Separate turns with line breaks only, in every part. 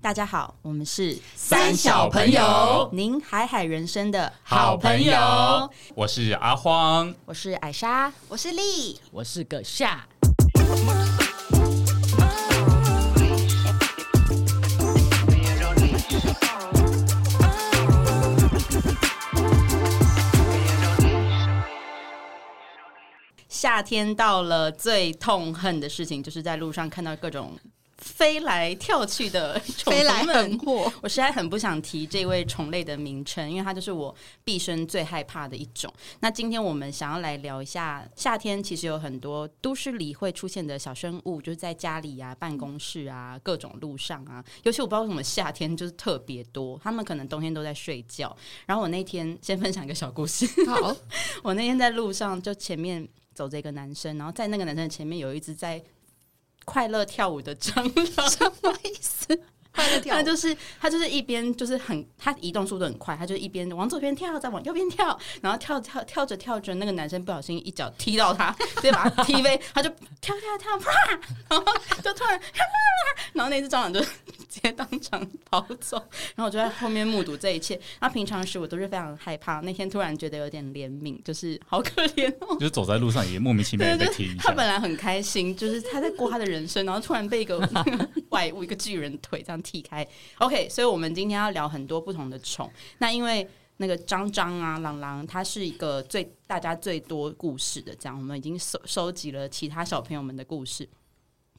大家好，我们是
三小朋友
您海海人生的
好朋友，我是阿荒。
我是艾莎，我是丽。
我是个夏，
夏天到了，最痛恨的事情就是在路上看到各种飞来跳去的虫
飞来
虫们
横祸，
我实在很不想提这位虫类的名称，因为它就是我毕生最害怕的一种。那今天我们想要来聊一下，夏天其实有很多都市里会出现的小生物，就是在家里啊、办公室啊、各种路上啊。尤其我不知道为什么夏天就是特别多，他们可能冬天都在睡觉。然后我那天先分享一个小故事，
好，
我那天在路上，就前面走着一个男生，然后在那个男生的前面有一只在快乐跳舞的蟑螂，
什么意思？快乐跳
他
舞，
就是他就是一边就是很他移动速度很快，他就一边往左边跳，再往右边跳，然后跳跳跳着跳着，那个男生不小心一脚踢到他， 直接把他踢飞，他就跳跳跳，啪，然后就突然， 然后那只蟑螂就直接当场跑走，然后我就在后面目睹这一切。然后平常时我都是非常害怕，那天突然觉得有点怜悯，就是好可怜哦。
就是走在路上也莫名其妙
对，
地被
就
踢
是
一
他
下，
本来很开心，就是他在过他的人生，然后突然被一个 外物、一个巨人腿这样踢开。OK，所以我们今天要聊很多不同的虫。那因为那个张张啊、朗朗，它是一个最大家最多故事的，这样我们已经收收集了其他小朋友们的故事。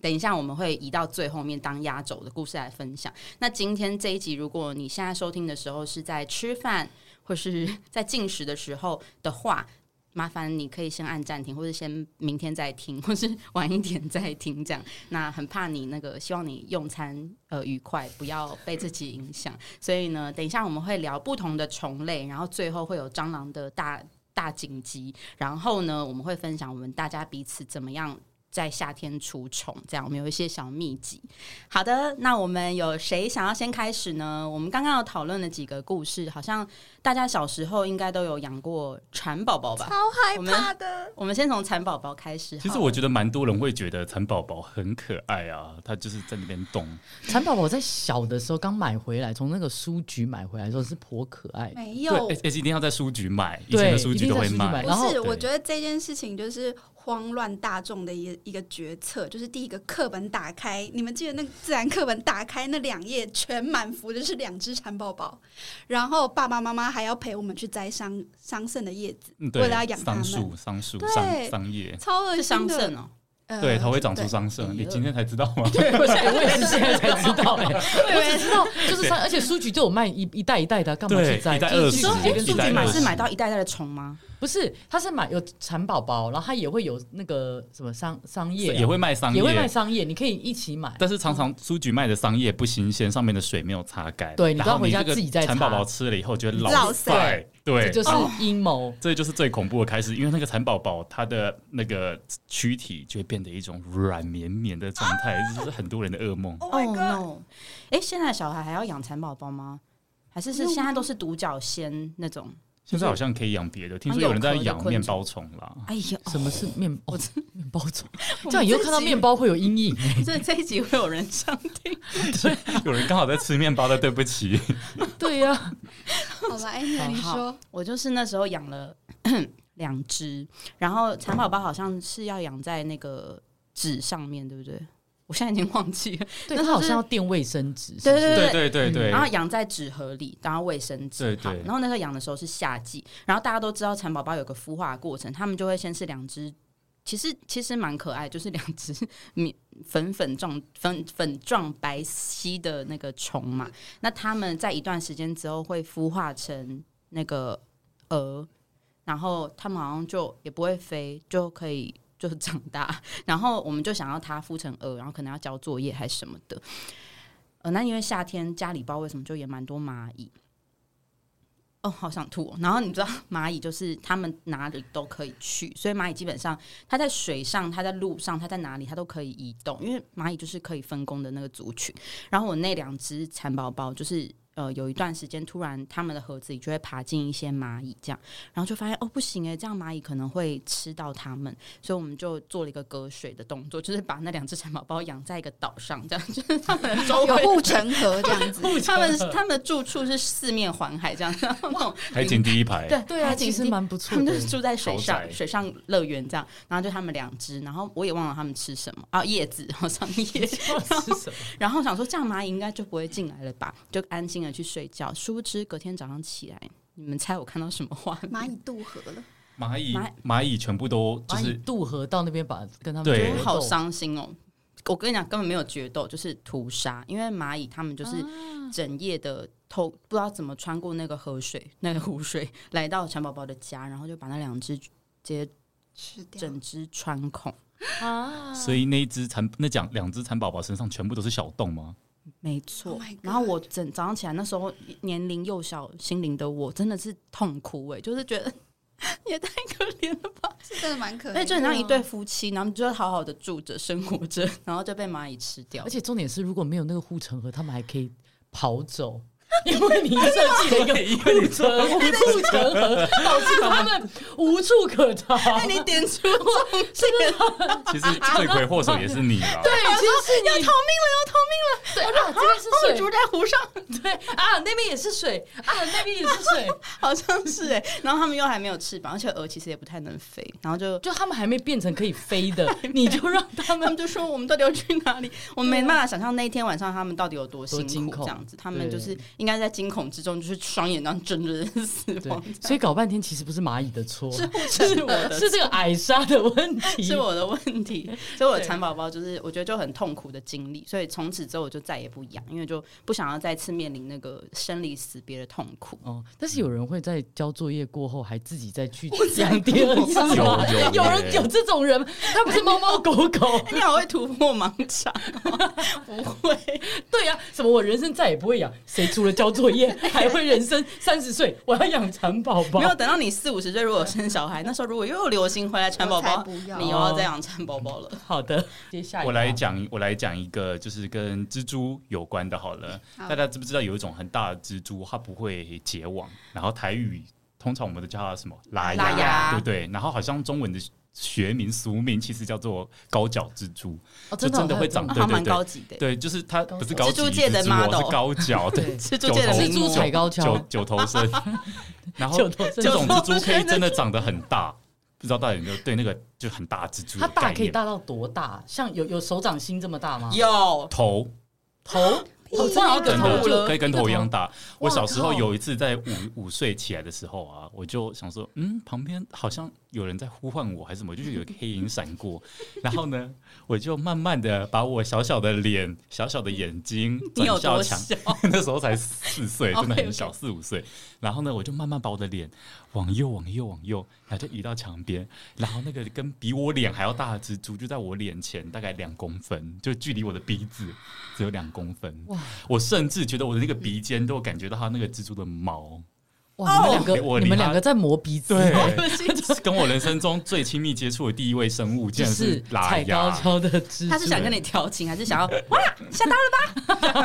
等一下，我们会移到最后面当压轴的故事来分享。那今天这一集，如果你现在收听的时候是在吃饭或是在进食的时候的话，麻烦你可以先按暂停，或者先明天再听，或是晚一点再听，这样。那很怕你那个，希望你用餐呃愉快，不要被自己影响。所以呢，等一下我们会聊不同的虫类，然后最后会有蟑螂的大大紧急，然后呢，我们会分享我们大家彼此怎么样。在夏天除虫，这样我们有一些小秘籍。好的，那我们有谁想要先开始呢？我们刚刚有讨论了几个故事，好像大家小时候应该都有养过蚕宝宝吧？
超害
我
怕
们
的，
我们先从蚕宝宝开始好了。
其实我觉得蛮多人会觉得蚕宝宝很可爱啊，它就是在那边动。
蚕宝宝在小的时候刚买回来，从那个书局买回来的时候是颇可爱 的。
没
对，而且一定要在书局买，以
对
前的书局都
一定在
会
书局买
卖。
然
不
后
是，我
哎对
觉得这件事情就是慌乱大众的一一个决策，就是第一个课本打开，你们记得那个自然课本打开那两页全满幅就是两只蚕宝宝，然后爸爸妈妈还要陪我们去摘桑桑葚的叶 子，
嗯
为了要
对，
养它
桑
们
树、桑树、
对
桑桑叶，
超恶
是
心
桑
的。
葚哦，
呃
对，它会长出
对
桑葚。
嗯哎
你
呦
今天才知道 吗？
我现在我也是现在才知道哎、我只知道就是上，而且书局都有卖一一袋一袋的，干嘛
对
去摘？
一袋
就
二
是
十
你说
去直接
哎，数据买
一袋
跟书局买
二
是
十
买到一袋袋的虫吗？
不是，它是买有蚕宝宝，然后它也会有那个什么商商业啊、
也会卖桑
也会卖
叶，
商业，你可以一起买。
但是常常书局卖的桑叶不新鲜，上面的水没有擦干。
对你
然
都要
后
回家
这个
自己再
蚕宝
擦
宝吃了以后就会
老
老
塞
塞。对
这，就是
哦
阴谋。
这就是最恐怖的开始，因为那个蚕宝宝它的那个躯体就会变得一种软绵绵的状态，这是很多人的噩梦。
Oh
哦
my god！
no！哎，现在小孩还要养蚕宝宝吗？还是是现在都是独角仙那种？
现在好像可以养别的，听说
有
有人在
壳的
养
昆
面
虫
包虫啦。
哎呦，
什么是面包？面包虫，
我们
哦这样以后看到 面包会有 阴影。
这这一集会有人上听？
有人刚好在吃面包的，对不 起。
对呀、
好吧，哎，那你
好
说
我就是那时候养了 两只，然后蚕宝宝好像是要养在那个纸上面，对不对？我现在已经忘记了。
对，
那
它
是
好
不是
像要垫卫生纸。是不
对
是
对
对对对
嗯
对
然，后养在纸盒里当卫生纸。
对
好
对
然后那时候养的时候是夏季，然后大家都知道蚕宝宝有个孵化的过程，他们就会先是两只。其实其实蛮可爱，就是两只米粉粉状粉粉状白皙的那个虫嘛。那它们在一段时间之后会孵化成那个蛾，然后它们好像就也不会飞，就可以就长大。然后我们就想要它孵成蛾，然后可能要交作业还是什么的。呃，那因为夏天家里不知道为什么就也蛮多蚂蚁。哦，好想吐、哦！然后你知道 蚂蚁就是它们哪里都可以去，所以蚂蚁基本上它在水上、它在路上、它在哪里它都可以移动，因为蚂蚁就是可以分工的那个族群。然后我那两只蚕宝宝就是。呃有一段时间，突然他们的盒子里就会爬进一些蚂蚁，这样，然后就发现哦不行哎，这样蚂蚁可能会吃到它们，所以我们就做了一个隔水的动作，就是把那两只蚕宝宝养在一个岛上，这样 就是他们的周
有
围。
护城河这 样子。
他们他们的住处是四面环海，这样， 然后那种
海景第一排，
对
对啊，
海景
其实
地
蛮不
他
错
们
的
就。是住在水
豪
上
宅
水上乐园这样，然后就他们两只，然后我也忘了他们吃什么啊，叶子，然后上叶，
是什么？
然后想说这样蚂蚁应该就不会进来了吧，就安心的去睡觉。殊不知隔天早上起来，你们猜我看到什么画面？
蚂蚁渡河了，
蚂蚁
蚂
蚂蚁全部都就
蚂蚁
是
渡河到那边把跟他们
对
决斗
好伤心哦！我跟你讲，根本没有决斗，就是屠杀，因为蚂蚁他们就是
啊
整夜的偷，不知道怎么穿过那个河水、那个湖水，来到蚕宝宝的家，然后就把那两只直接
吃掉。
整只穿孔。
啊！
所以那一只蚕那两两只蚕宝宝身上全部都是小洞 吗？
没错
Oh my god
然后我整早上起来那时候年龄幼小，心灵的我真的是痛哭哎、就是觉得也太可怜了吧。
是真的蛮可怜的。哦
哎，就很像一对夫妻，然后就好好的住着、生活着，然后就被蚂蚁吃掉
而。且重点是，如果没有那个护城河，他们还可以跑走， 因为你设计了一个护城河，护城河导致他们无处可逃。
那你点出我，
是不
其
是？
实罪魁祸首也是你 啦。
对，其实是你
逃命
对啊，
了，要逃
这边是
命了！我
水
住在湖上，
对啊，那边也是水啊，那边也是水，
好像是哎、然后他们又还没有翅膀，而且鹅其实也不太能飞，然后就
就他们还没变成可以飞的，你就让他
他
们
们就说我们到底要去哪里？我没办法想象那一天晚上他们到底有多辛
多惊
苦，
恐
这样子，他们
对
就是应该在惊恐之中，就是双眼当睁着死
对
亡，，
所以搞半天其实不是蚂蚁的错，
是护城河的
是这个矮沙的问题，
是我的问 题，所以我的
对
蚕宝宝就是我觉得就很痛苦的经历，所以从此之后我就再也不养，因为就不想要再次面临那个生离死别的痛苦。
哦，但是有人会在交作业过后还自己再去养第二次
有
吗？
有
有人
耶
有这种人吗，他不是猫猫狗狗
哎？你好会突破盲场哦，不会？
对呀、什么我人生再也不会养，谁除了交作业还会人生三十岁我要养蚕宝宝
没？有等到你四五十岁，如果有生小孩，那时候如果又有流行回来蚕宝
我才
宝，
不要
你又要再养蚕宝宝了。
好的，接下一
我来
趴，
讲，我来讲一个就是跟蜘蛛有关的，好了。
好
大家知不知道有一种很大的蜘蛛，它不会结网，然后台语通常我们都叫它什么拉
拉牙
对不对？然后好像中文的学名俗名其实叫做高脚蜘蛛，
哦
就
哦
真的会长
啊
对
还
对
蛮
对
高级的，
对，就是它不是
高
高
脚蜘蛛
级
界的
蜘蛛哦
model
是高脚，对
对，
蜘蛛界的
九
蜘
名
蛛
模
踩高
九
跷，
九头 身，然后
九头身
这种蜘蛛可以真的长得很大，不知道大家有没有对那个就很大蜘蛛
它
的
大
概
可以
念？
大到多大？像有有手掌心这么大吗？
有
头
头，我真的要跟
真
头
的
了
可以跟头一样大。我
哇
小时候
靠
有一次在午午睡起来的时候啊，我就想说，嗯，旁边好像有人在呼唤我，还是什么，就是有一个黑影闪过。然后呢，我就慢慢的把我小小的脸、小小的眼睛
你
转
有
向
多
墙，
小？
那时候才四岁，
哦
真的
OK，OK
很小，四五岁。然后呢，我就慢慢把我的脸往右、往右、往右，然后就移到墙边。然后那个跟比我脸还要大的蜘蛛就在我脸前，大概两公分，就距离我的鼻子只有两公分。
哇
我甚至觉得我的那个鼻尖都有感觉到它那个蜘蛛的毛，
哇，
哦
你们两个，
我
你们
离它
两个在磨鼻子，
对
是
跟我人生中最亲密接触的第一位生物，竟
就
然
是
拉
踩高
牙。
跷的蜘蛛。
他是想跟你调情，还是想要哇吓到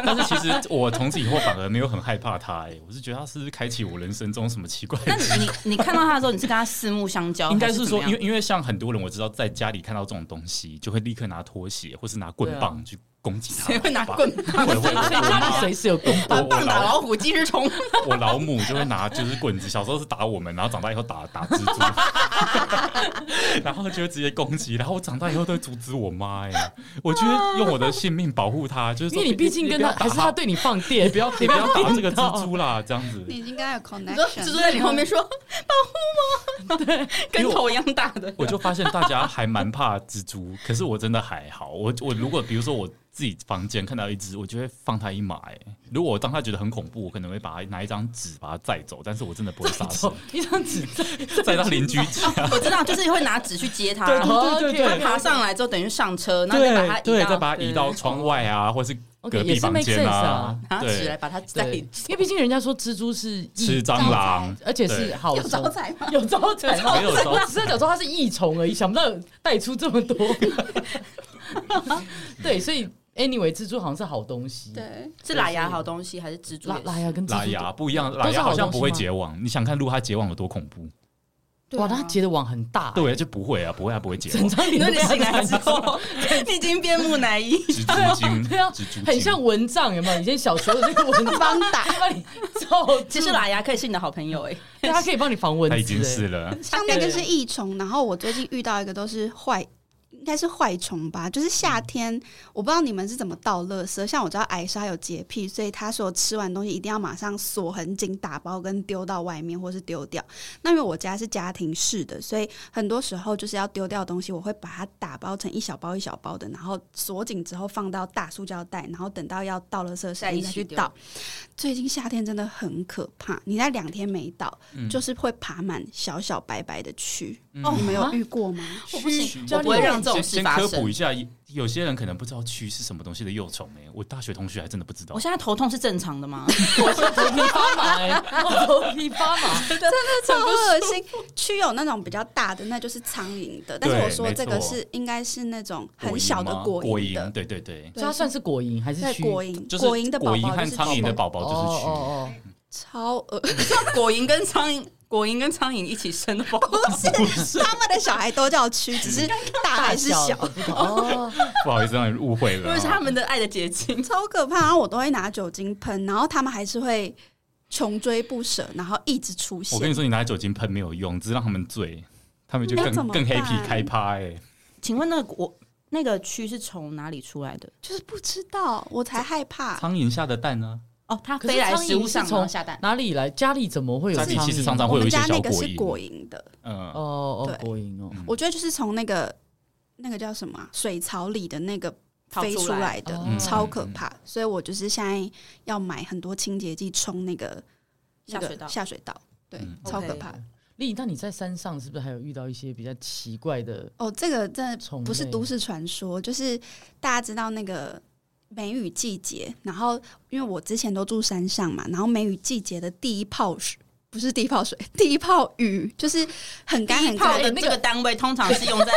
但是其实我从此以后反而没有很害怕它、哎，我是觉得它是不是开启我人生中什么奇怪的
那你你你看到他的时候，你是跟他四目相交，
应该是
还
说，
怎么
因为
样
因为像很多人我知道在家里看到这种东西，就会立刻拿拖鞋或是拿棍棒去攻击他。
谁会拿棍
我？我我
所以家里随时有公
我
把
我
棒打
老
老虎、鸡是虫？
我老母就会拿就是棍子，小时候是打我们，然后长大以后打打蜘蛛， 然后就会直接攻击，然后我长大以后都会阻止我妈哎，我觉得用我的性命保护她，就是
因
说
为你毕竟跟
你
他
不要打
还是他对你放电，
不要你不要打这个蜘蛛啦，这样子。
你已经跟他有
你说蜘蛛
connection，
在你后 面说保护我， 对，跟头一样大的。
我就发现大家还蛮怕蜘蛛，可是我真的还好。我我如果比如说我自己房间看到一只，我就会放它一马、欸。如果我当它觉得很恐怖，我可能会把它拿一张纸把它载走，但是我真的不会杀生，
一张纸 在
载到邻居家。
我知道，就是会拿纸去接它，
对对对对
它
对
爬上来之后，等于上车，然后再把它
对
移
哦对，
到，
再把它移到窗外啊，或是
哦
隔壁房间啊，
拿纸来
对，
把它再
对，因为毕竟人家说蜘蛛是益
吃蟑螂。
而且是好
有
虫哎
招财吗？
有招财吗？
没 有招
我只是想说它 是益虫而已，想不到有带出这么多。对，所以 Anyway，蜘蛛好像是好东
嗯
西，
对，
是喇牙好东西还是蜘蛛也
拉
是？
拉牙跟蜘蛛
拉牙不一样，
都
拉
是
牙
好
好像
东西
不会
吗
结网。你想看，如果它结网有多恐怖？
对
哇，
啊
它结的网很大，，
对，就不会啊，不会啊，不会结
整
网。
张脸
那
都
你
被它
醒来之
缠住
后，你已经变木乃伊，
蜘蛛精，
对啊
蜘蛛精
很像蚊帐，有没有？以前小时候的那个蚊
帮
帐，
打。
把你罩住，
其实喇牙可以是你的好朋友哎、
对它可以帮你防蚊子，
它
欸
已经是了。
像那个是益虫，然后我最近遇到一个都是坏，应该是坏虫吧。就是夏
嗯
天，我不知道你们是怎么倒垃圾。像我知道艾莎有洁癖，所以她说吃完东西一定要马上锁很紧，打包跟丢到外面或是丢掉。那因为我家是家庭式的，所以很多时候就是要丢掉的东西，我会把它打包成一小包一小包的，然后锁紧之后放到大塑胶袋，然后等到要倒垃圾的时
再一
间
起
再去
丢
倒。最近夏天真的很可怕，你那两天没倒，
嗯
就是会爬满小小白白的蛆。哦，你们有
啊
遇过 吗？
我不行，我不
我
会
也
让这种
先
事
先
发
科普
生
一。下，有些人可能不知道蛆是什么东西的幼虫哎，我大学同学还真的不知道
我。现在头痛是正常的吗？
我现在头皮发麻、欸，我头皮发麻，
超恶心！蛆有那种比较大的，那就是苍蝇的，但是
对
我说这个
没错啊
是应该是那种很小的
果
果
蝇
蝇
吗，
的，
对对对，
所以它算是果蝇还是
对
蛆？
果蝇，
就是
果蝇的宝
果
宝
蝇和
就是
苍蝇的
宝宝
宝宝就是
哦
蛆。
哦
超 恶，
果蝇跟苍蝇，果蝇跟苍蝇一起生的宝 宝，
啊
不是他们的小孩都叫蛆，只是大还是
小
小，
哦，
不好意思，让你误会了
因
啊。
为是他们的爱的结晶。
超可怕。然后我都会拿酒精喷，然后他们还是会穷追不舍，然后一直出
我跟
现
你。说，你拿酒精喷没有用，只是让他们醉，他们就
那
更
怎么
更
办
happy 开趴哎。
请问那个我那个蛆是从哪里出来的？
就是不知道，我才害怕。
苍蝇下的蛋呢？
哦，它
可是
飞来
苍蝇
食物
是
上
从
然后下蛋。
哪里来？家里怎么会有
家
苍
里
蝇？
其实常常
我
会有
们
一些
家
小
那个
果
是果
蝇。
蝇的，
嗯，
哦哦
对
果蝇哦，
我觉得就是从那个那个叫什么啊、水槽里的那个
跑
飞
出
出
来
来的，
哦
超可怕。所以我就是现在要买很多清洁剂冲那个那
下
个
水道
下水道对，
嗯
超
OK
可怕的。
丽，那你在山上是不是还有遇到一些比较奇怪的
哦，这个真的
虫类？
不是都市传说，就是大家知道那个梅雨季节，然后因为我之前都住山上嘛，然后梅雨季节的第一泡水不是第一泡水，第一泡雨就是很
哎
干很
哎泡
干
的这个单位通常是用在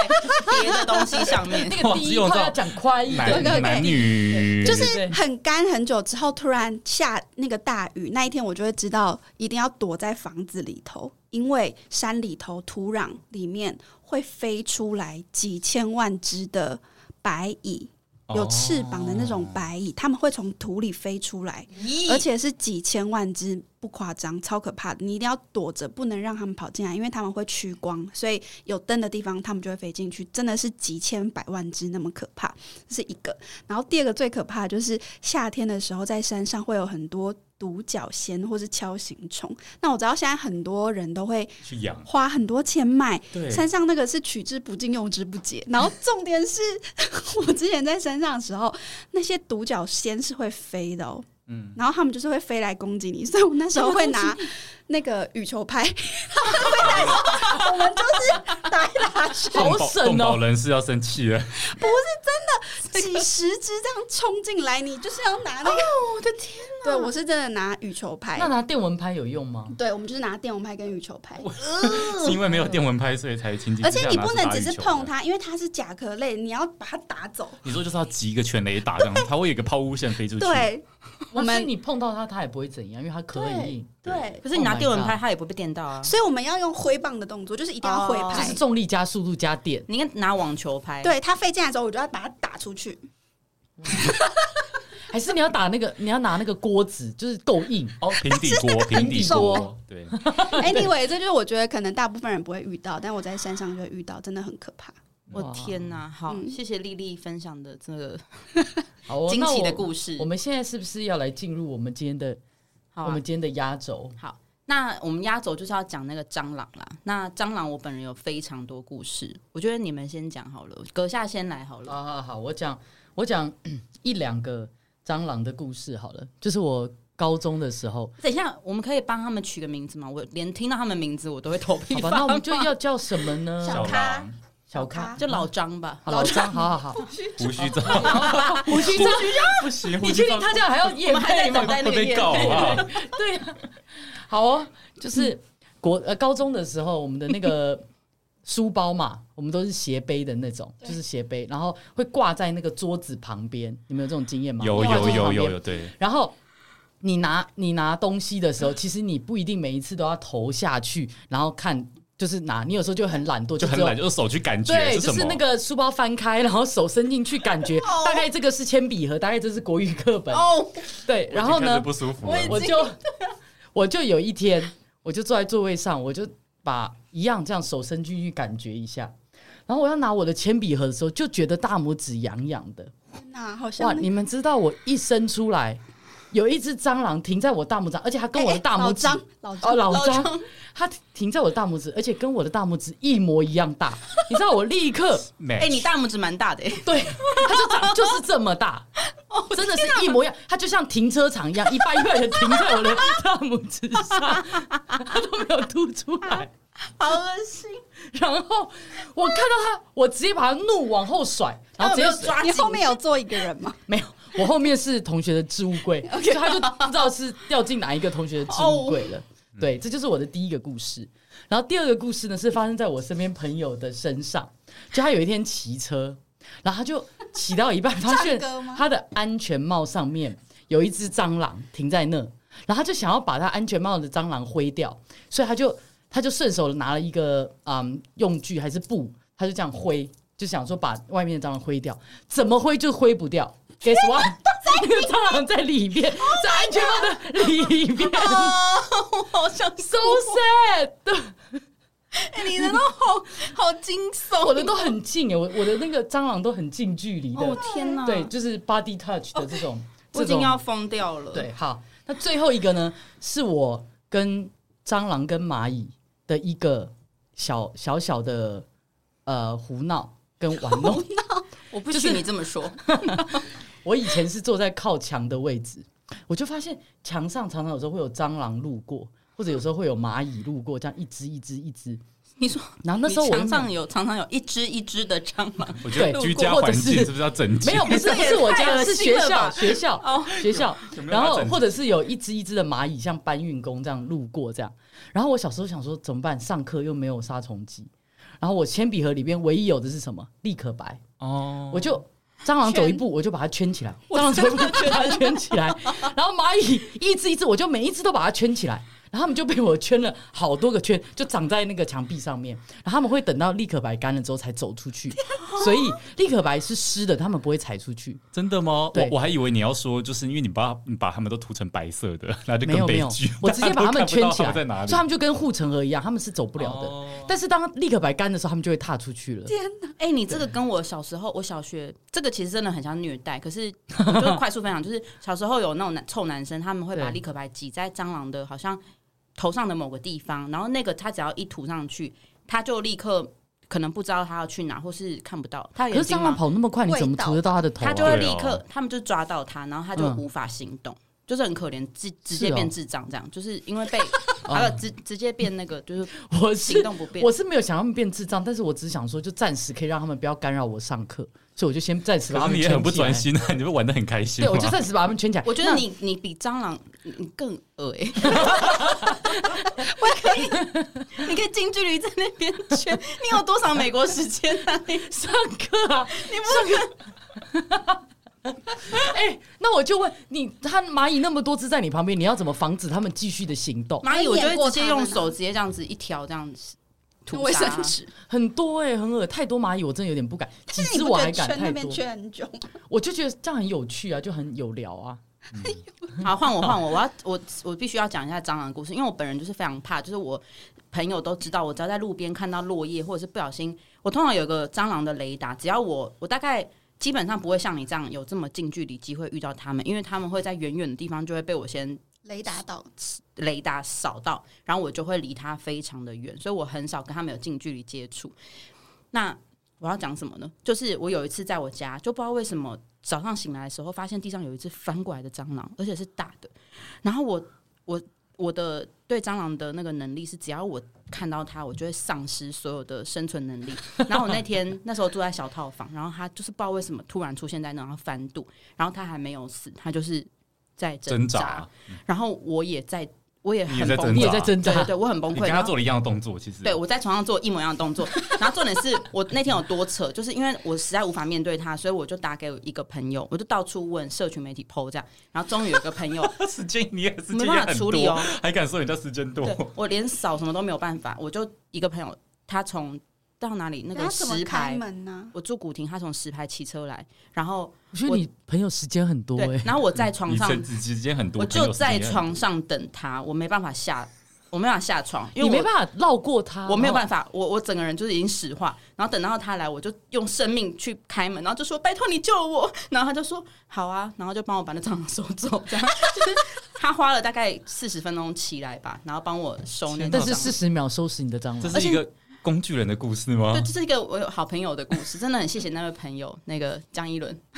别的东西上面。
那个第一块要讲快一
男
点，
对对
男女
就
对
是很干很久之后，突然下那个大雨，那一天我就会知道一定要躲在房子里头，因为山里头土壤里面会飞出来几千万只的白蚁，
哦
有翅膀的那种白蚁，它们会从土里飞出来，
咦
而且是几千万只，不夸张，超可怕的。你一定要躲着，不能让它们跑进来，因为它们会趋光，所以有灯的地方它们就会飞进去。真的是几千百万只那么可怕， 这是一个。然后第二个最可怕的就是夏天的时候，在山上会有很多独角仙或是锹形虫。那我知道现在很多人都会
去养。
花很多钱买，
对
山上那个是取之不尽、用之不竭。然后重点是我之前在山上的时候，那些独角仙是会飞的哦。
嗯，
然后他们就是会飞来攻击你，所以我那时候会拿那个羽球拍，
好
动保
省
动保
哦。
人士要生气了，
几十只这样冲进来，你就是要拿那个。哦我的天哪！对，我是真的拿羽球拍
那。拿电蚊拍有用吗？
对，我们就是拿电蚊拍跟羽球拍，
是因为没有电蚊拍，所以才情急
而
之
且
下
你
拿
不
出
能
打
只
羽
是
球
碰
的。
它，因为它是甲壳类，你要把它打走。
你说就是要集一个全雷打这样，它会有一个抛物线飞出去。，
对我
我
们
们你碰到它，它也不会怎样，因为它壳很硬，
对，
可是你拿
Oh my
电蚊拍，
God
它也不会被电到啊。
所以我们要用挥棒的动作，就是一定要挥
哦
就
拍
是。重力加速度加电。
你应该拿网球拍，，
对，它飞进来之后，我就要把它打出去。
还是你要打那个，你要拿那个锅子，就是够硬。
哦，平底锅，平底锅，对，
Anyway，这就是我觉得可能大部分人不会遇到，但我在山上就会遇到，真的很可怕。
我
哇
天哪！好，
嗯
谢谢丽丽分享的这个
好哦
惊奇的故
事。
事
我。们现在是不是要来进入我们今天的
好
我
啊
们，今天的压轴？
好。那我们压轴就是要讲那个蟑螂啦。那蟑螂，我本人有非常多故事，我觉得你们先讲好了，阁下先来好了。
啊，好好，我讲我讲 一两个蟑螂的故事好了，就是我高中的时候，
等一下，我们可以帮他们取个名字吗？我连听到他们名字，我都会头皮
好吧，
发
那我们
麻。
就要叫什么呢？
小
小
咖
狼、
小 咖，
就老张吧。
好老张，好好好，
胡须章，
胡须章，
不行，胡
你
须
确
章
定他这样还要
我
夜
们还在
配吗
等？待那
会
个
被
夜
告
配
啊！
对嗯啊，好哦，就是国呃高中的时候，我们的那个 书包嘛，我们都是斜背的那种，就是斜背，然后会挂在那个桌子旁边。你们有这种经验吗？
有
挂在
有
桌子
有
旁边
有有，对，
然后你拿你拿东西的时
嗯
候，其实你不一定每一次都要投下去，然后看就是拿。你有时候就很懒惰，
就很
只有
懒，就是手去感觉
对，
是什
就
么
是那个书包翻开，然后手伸进去，感觉大概这个是铅笔盒，大概这是国语课本。
哦，
对，然后
我已经开始
呢，
不舒服
我已经
了，
我就我就 有一天，我就坐在座位上，我就把一样这样手伸进去感觉一下。然后我要拿我的铅笔盒的时候，就觉得大拇指痒痒的。
天哪，好
哇！
像那
你们知道我一伸出来，有一只蟑螂停在我大拇指，而且它跟我的大拇指、
哎哎老张，
哦老
老
张，
张
它停在我的大拇指，而且跟我的大拇指一模一样 大。你知道我立刻
哎
哎、你大拇指蛮 大的、欸，
对，它就长就是这 么大，
哦
真的是一模一样，
啊
它就像停车场一样，一半一半的停在我的大拇指 上，它都没有凸出来。
好恶心！
然后我看到它，我直接把它怒往后甩，然后直
他有没有抓
接
你
紧？
后面有坐一个人吗？
没有，我后面是同学的置物柜
OK
所以他就不知道是掉进哪一个同学的置物柜了。对，这就是我的第一个故事。然后第二个故事呢，是发生在我身边朋友的身上。就他有一天骑车，然后他就骑到一半，发现
唱歌吗
他的安全帽上面有一只蟑螂停在那，然后他就想要把他安全帽的蟑螂挥掉，所以他就他就顺手拿了一个嗯用具还是布，他就这样挥，就想说把外面的蟑螂挥掉，怎么挥就挥不掉。Guess what？那个 蟑螂在里面，在安全帽的里面
啊，我好想哭
，so sad。对，
哎你的都好好惊悚，
我的都很近耶，我我的那个蟑螂都很近距离的，
哦 天哪！
对，，就是 body touch 的这种，
哦我
这
已经
种
要疯掉了。
对，好，那最后一个呢，是我跟蟑螂跟蚂蚁的一个小小小的呃胡闹跟玩 弄。
我不
就是
许你这么说。
我以前是坐在靠墙的位置，我就发现墙上常常有时候会有蟑螂路过，或者有时候会有蚂蚁路过，这样一只一只一只。
你说
然后那
你
时候我
墙上有常常有一只一只的蟑螂，
我觉得
对
居家
或者
环境是
是
不是要整洁？
没有，不是
这
不
也
是我
太
家，
恶
是
心
学
了
校
吧
学校
哦
学校
有，没有
然
把它
后
整齐
或者是有一只一只的蚂蚁像搬运工这样路过这样。然后我小时候想说怎么办？上课又没有杀虫剂，然后我铅笔盒里边唯一有的是什么？立可白，
哦，
我就。蟑螂走一
圈
步，我就把它圈 起来；蟑螂走一步，我 就把它圈起来。然后蚂蚁一只一只，我就每一只都把它圈起来。然后他们就被我圈了好多个圈，就长在那个墙壁上面。然后他们会等到立可白干了之后才走出去，所以立可白是湿的，他们不会踩出去。
真的吗？我
对
我还以为你要说，就是因为你把你把他们都涂成白色的， 那就
没有
更
没
悲
有
剧。，
我直接把他们圈起来，
大家都看不到他们在哪里？
所以他们就跟护城河一样，他们是走不了的。
哦
但是当立可白干的时候，他们就会踏出去了。
天哪，
哎、你这个跟我小时候，我小学这个其实真的很像虐待，可是我就快速分享， 就是小时候有那种男臭男生，他们会把
对
立可白挤在蟑螂的好像头上的某个地方，然后那个他只要一涂上去，他就立刻可能不知道他要去哪，或是看不到他
可
啊眼
是
睛
蟑螂
嘛，
跑那么快，你怎么涂得到它的头、啊？
他就会
对
立
哦
刻，他们就抓到他，然后他就
嗯
无法行动。就是很可怜，直直
是
接
哦
变智障，这样、就是因为 被
哦
他直直接变那个，就是
我
行
是
动不便。
我是没有想让他们变智障，但是我只是想说，就暂时可以让他们不要干扰我上课，所以我就先暂时把
可
他
是
们
你也
圈
很不
起来
专。心啊，你们玩的很开心
对，
吗。
我就暂时把他们圈起来。
我觉得
那
你你比蟑螂你你更恶 哎、我可以，你可以近距离在那边圈，你有多少美国时间啊？你
上课啊，
你不能
哎、那我就问你，它蚂蚁那么多只在你旁边，你要怎么防止它们继续的行动？
蚂蚁，我就
你
会
演过
直
啊
接用手直接这样子一条这样子
用
涂
卫
沙
生纸，
很多哎、很恶，太多蚂蚁，我真的有点不敢， 几
那你
只
不
我
觉
还
得
敢
圈
太
那边
多。
圈很久吗？
我就觉得这样很有趣啊，就很有聊啊。
好，换我换我，我要我我必须要讲一下蟑螂的故事，因为我本人就是非常怕，就是我朋友都知道，我只要在路边看到落叶或者是不小心，我通常有个蟑螂的雷达，只要我我大概。基本上不会像你这样有这么近距离机会遇到他们，因为他们会在远远的地方就会被我先
雷达到，
雷达扫到，然后我就会离它非常的远，所以我很少跟他们有近距离接触。那我要讲什么呢？就是我有一次在我家，就不知道为什么早上醒来的时候，发现地上有一只翻过来的蟑螂，而且是大的。然后我我我的对蟑螂的那个能力是，只要我看到它，我就会丧失所有的生存能力。然后我那天那时候住在小套房，然后它就是不知道为什么突然出现在那，然后翻肚，然后它还没有死，它就是在
挣
扎
扎，
然后我也在，我也很
你也在
崩
挣
你
溃
也在挣
对对
扎，
对，我很崩
你
溃。
跟他
然后
做了一样的动作，其实
对，我在床上做一模一样的动作， 然后重点是我那天有多扯，就是因为我实在无法面对他，所以我就打给一个朋友，我就到处问社群媒体 PO 这样，然后终于有一个 朋友，
时间你也时间
没
也
办法
很
处理
多，
哦
还敢说人家时间多？
对我连扫什么都没有办法，我就一个朋友，他从到哪里那
他
个
怎么
石
开
牌，
门呢、
我住古亭，他从石牌骑车来，然后
我觉得你朋友时间很多
对
哎，，
然后我在床
欸你
上
趁时间很多，
我
朋
就
友时间
在
也很
床
多
上等他，我没办法下，我没办法下床，因
你
为
没
我
办法绕过他，哦
我没有
法。
办法，我我整个人就是已经石化。然后等到他来，我就用生命去开门，然后就说拜托你救我。然后他就说好啊，然后就帮我把那蟑螂收走。这样就是他花了大概四十分钟起来吧，然后帮我收那
天
个
但
蟑
是
螂。
四十秒收拾你的蟑
这
螂，
是一个工具人的故事吗
对，？这是一个我有好朋友的故事，真的很谢谢那位朋友，那个江一 伦，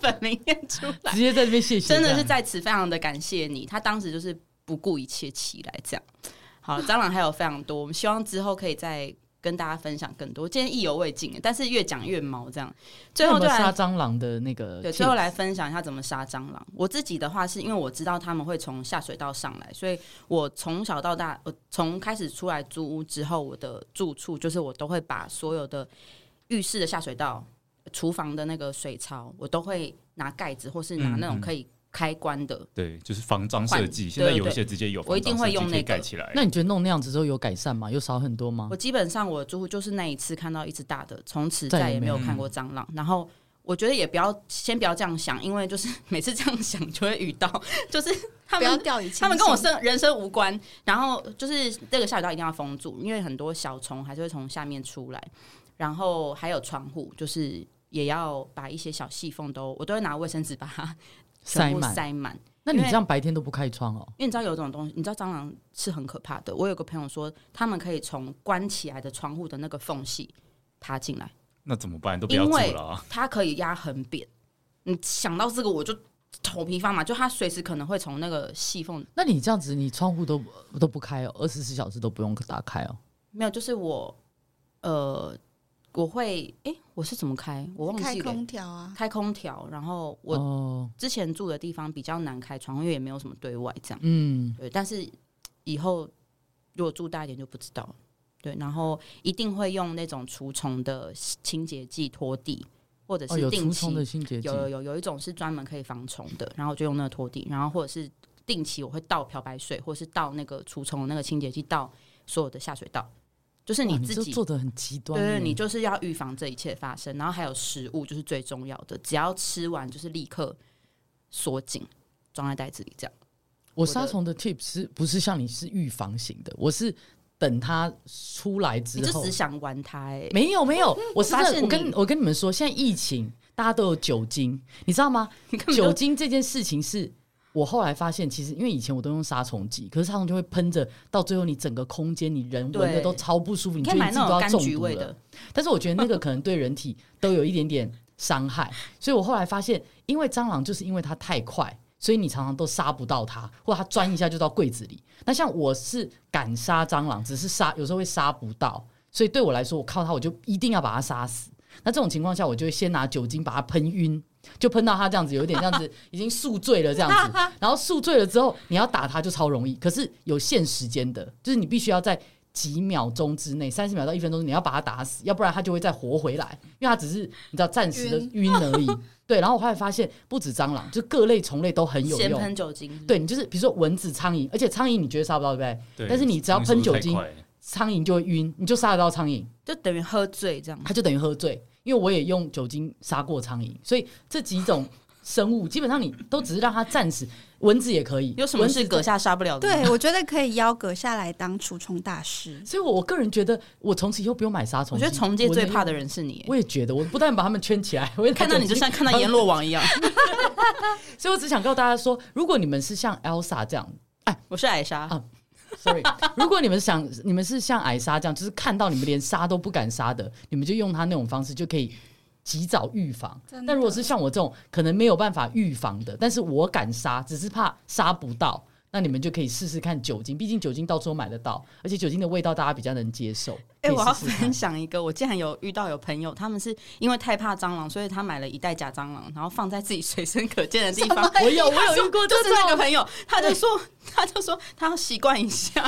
本名念出来
直，接在这边谢谢，
真的是
这样
在此非常的感谢你，他当时就是不顾一切起来这样。好，蟑螂还有非常多，我们希望之后可以再跟大家分享更多。今天意犹未尽，但是越讲越毛，这样最后
有没
就
有杀
来
蟑螂的那个 tips，
对最后来分享一下怎么杀蟑螂。我自己的话，是因为我知道他们会从下水道上来，所以我从小到大，我从开始出来租屋之后，我的住处就是我都会把所有的浴室的下水道、厨房的那个水槽，我都会拿盖子或是拿那种可以开关的
对，就是防蟑设计，
换
现在有一
对
些直接有，
我一定会用那个
盖起来。
那你觉得弄那样子之后有改善吗？有少很多吗
我？基本上我住户就是那一次看到一只大的，从此再也没有看过蟑螂。然后我觉得也不要先不要这样想，因为就是每次这样想就会遇到，就是他
不要
们
掉以轻心。
他们跟我生人生无关。然后就是这个下水道一定要封住，因为很多小虫还是会从下面出来。然后还有窗户，就是也要把一些小细缝都，我都会拿卫生纸把它全
塞
部
满。
塞满。
那你
因为
这样白天都不开窗哦？
因为你知道有一种东西，你知道蟑螂是很可怕的。我有个朋友说，他们可以从关起来的窗户的那个缝隙爬进来，
那怎么办？都不要
因
做
为
了啊！
它可以压很扁。你想到这个，我就头皮发麻，就它随时可能会从那个细缝
那你这样子，你窗户都都不开哦，二十四小时都不用打开哦。
没有，就是我呃，我会诶，我是怎么开？我忘
开
记了。
空调啊，
开空调，然后我
哦，
之前住的地方比较难开窗，因为也没有什么对外这样。
嗯，
对，但是以后如果住大一点就不知道了。对，然后一定会用那种除虫的清洁剂拖地，或者
哦，
是
有
定
除
期、
虫的清洁剂
有，有有有一种是专门可以防虫的，然后就用那个拖地，然后或者是定期我会倒漂白水，或是倒那个除虫的那个清洁剂到所有的下水道，就是
哇
你
你
自
这
己
做的很极端耶，
对对，你就是要预防这一切发生，然后还有食物就是最重要的，只要吃完就是立刻锁紧，装在袋子里这样。
我
的
杀虫的 tips 是不是像你是预防型的？我是等它出来
你
之
就
后
只，想玩它哎、欸，
没有没有，我是
发
真
现
的，
你
我跟我跟你们说，现在疫情大家都有酒精，你知道吗？
你根本就
酒精这件事情是。我后来发现，其实因为以前我都用杀虫剂，可是杀虫就会喷着，到最后你整个空间你人闻的
对
都超不舒服，你
你
觉
可
得
以买
你自己
那
都
种
要
柑
中
橘
毒
味
了
的。，
但是我觉得那个可能对人体都有一点点伤害，所以我后来发现，因为蟑螂就是因为它太快，所以你常常都杀不到它，或它钻一下就到柜子里。那像我是敢杀蟑螂，只是杀有时候会杀不到，所以对我来说，我靠它我就一定要把它杀死。那这种情况下，我就会先拿酒精把它喷晕，就喷到它这样子，有一点这 样子已经宿醉了这 样子。然后宿醉了之后，你要打它就超容易，可是有限时间的，就是你必须要在几秒钟之内，三十秒到一分钟，你要把它打死，要不然它就会再活回来，因为它只是你知道暂时的晕 而已。对，然后我后来发现，不止蟑螂，就各类虫类都很有
先
用
喷。酒精，
对你就是比如说蚊子、苍蝇，而且苍蝇你绝对杀不到，对不对？
对
但是你只要喷酒精
那速度太快
苍蝇就会晕，你就杀得到苍蝇。
就等于喝醉 这样。
它就等于喝醉，因为我也用酒精杀过苍蝇，所以这几种生物基本上你都只是让它暂时，蚊子也可以，
有什么
蚊子
是阁下杀不了的？，
对我觉得可以邀葛下来当除虫大师。
所以我我个人觉得，我从此以后不用买杀虫
我
剂。
觉得虫界最怕
的，
的人是你欸、
我也觉得，我不但把它们圈起来， 我也拿
看到你
酒
就
精
像看到阎罗王一样。
所以我只想告诉大家说，如果你们是像 Elsa 这样
我是艾莎，
，sorry，如果你们想你们是像艾莎这样，就是看到你们连杀都不敢杀的，你们就用他那种方式就可以。及早预防
真的，
但如果是像我这种可能没有办法预防的，但是我敢杀，只是怕杀不到那你们就可以试试看酒精，毕竟酒精到处都买得到，而且酒精的味道大家比较能接受。
哎、
可以
我要
试试看
分享一个，我竟然有遇到有朋友，他们是因为太怕蟑螂，所以他买了一袋假蟑螂，然后放在自己随身可见的 地方。
我有哎我有遇过
就
这
是那个
种，
朋友，他就说，他就说他要习惯一下。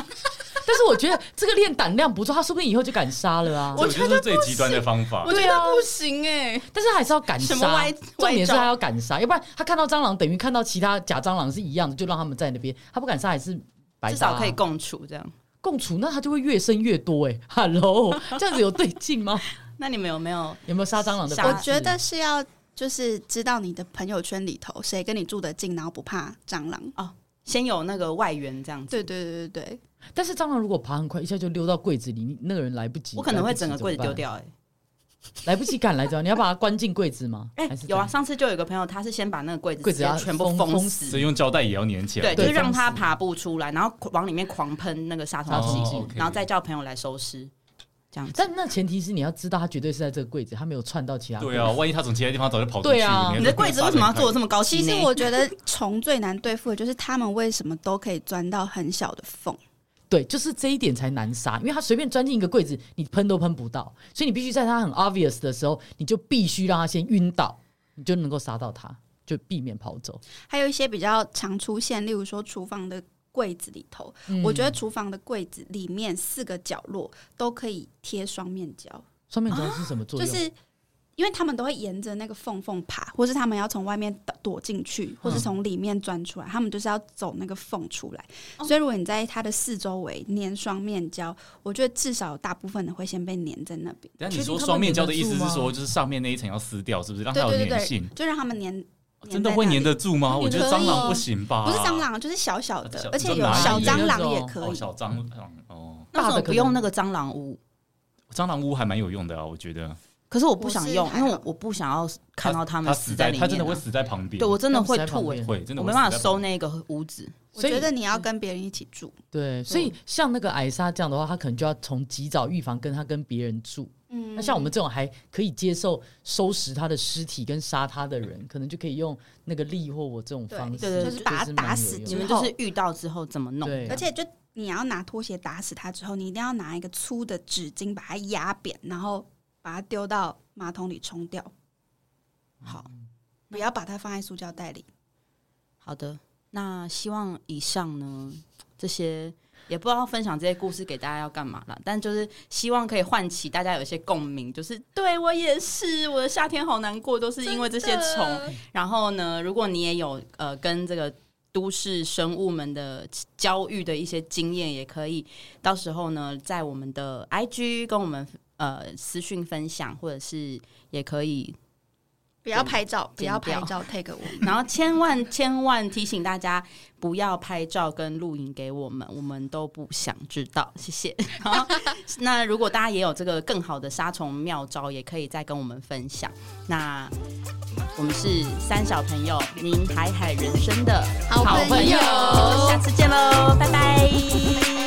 但是我觉得这个练胆量不错，他说不定以后就敢杀了啊。
我
这个就是最极端的方法
我。觉得不行哎、
但是还是要敢
什么
杀
歪，
重点是
歪招
他要敢杀，要不然他看到蟑螂等于看到其他假蟑螂是一样的，就让他们在那边，他不敢杀还是白
至
杀啊、
少可以共处这样。
共处，那他就会越生越多哎、欸、，Hello，这样子有对劲吗？
那你们有没有？
有没有杀蟑螂的
杀
方
我
式？
觉得是要就是知道你的朋友圈里头谁跟你住得近，然后不怕蟑螂。
先有那个外援这样子，
对对对对对，
但是蟑螂如果爬很快，一下就溜到柜子里，你那个人来不及，
我可能会整个
来不及
柜子丢
怎么
掉、欸。
办，来不及赶来着，你要把它关进柜子吗？
哎、
还是
有啊，
怎样，
上次就有一个朋友，他是先把那个柜子
柜
直
子
接
要
全部
封封
死，
所以用胶带也要粘起来。
对，就是
对
让
封
他
死
爬不出来，然后往里面狂喷那个杀虫
杀
剂
虫，
哦
剂
然后再叫朋友来收尸，这样子。
但那前提是你要知道它绝对是在这个柜子，它没有窜到其他。
对啊，，万一他从其他地方早就跑出去。
对啊
还
你的柜子为什么要做的这么高级
其
呢？
实我觉得虫最难对付的就是他们为什么都可以钻到很小的缝。
对，就是这一点才难杀，因为它随便钻进一个柜子，你喷都喷不到，所以你必须在它很 obvious 的时候，你就必须让它先晕倒，你就能够杀到它，就避免跑走。
还有一些比较常出现，例如说厨房的柜子里头，
嗯
我觉得厨房的柜子里面四个角落都可以贴双面胶，
双面胶是什么作
哦就
用？
是。因为他们都会沿着那个缝缝爬，或是他们要从外面躲躲进
嗯
去，或是从里面钻出来，他们就是要走那个缝出来。
哦
所以如果你在它的四周围粘双面胶，我觉得至少大部分的会先被粘在那边，
但
确定
你说
他们
双面胶的意思
粘得
是
住吗
说，就是上面那一层要撕掉，是不是让它
对
有
对对
粘
对
性？哦
就让他们粘。
真的会粘
粘在那
得哦住吗？
粘
我觉得
可以
蟑螂
哦
不行吧？
里，不是蟑，螂，就是小小的
小，
而且有
你说蚂蚁
小蟑
那
螂
种
也可
哦，
以。
小蟑螂哦，
那为什
大
么
的可
不
能
用那个蟑螂屋？
蟑螂屋还蛮有用的啊，我觉得。
可是我不想用
我，是还
因
好
为我我不想要看到他
它
们
死
死
在，
里
它真
面
的会
啊。
死在旁边。
对我真的会吐
哎
哎，
会欸真的
我没
会死
办法
在旁
收
边。
那个屋子。
我
所以
觉得你要跟别人一起住，
对，所以像那个矮莎这样的话，他可能就要从及早预防，跟他跟别人住。
嗯
那像我们这种还可以接受收拾他的尸体跟杀他的人，可能就可以用那个力或我这种
对
方式，
对对
就是把他
蛮
打
有
死
用
你
的
们
之
就
后
是遇到之后怎么弄？
对
而且就你要拿拖鞋打死它之后，你一定要拿一个粗的纸巾把它压扁，然后把它丢到马桶里冲掉。好，不要把它放在塑胶袋里。
好的，那希望以上呢这些也不知道分享这些故事给大家要干嘛啦，但就是希望可以唤起大家有一些共鸣，就是对我也是，我的夏天好难过，都是因为这些虫。
嗯
然后呢，如果你也有呃跟这个都市生物们的交遇的一些经验，也可以到时候呢，在我们的 IG 跟我们呃私讯分享，或者是也可以
不要拍照，不
剪
要
掉
拍照，take 我们。
然后千万千万提醒大家不要拍照跟录影给我们，我们都不想知道，谢谢。 然后那如果大家也有这个更好的杀虫妙招，也可以再跟我们分享。那我们是三小朋友，您海海人生的
好
好
朋友
下次见喽，拜拜。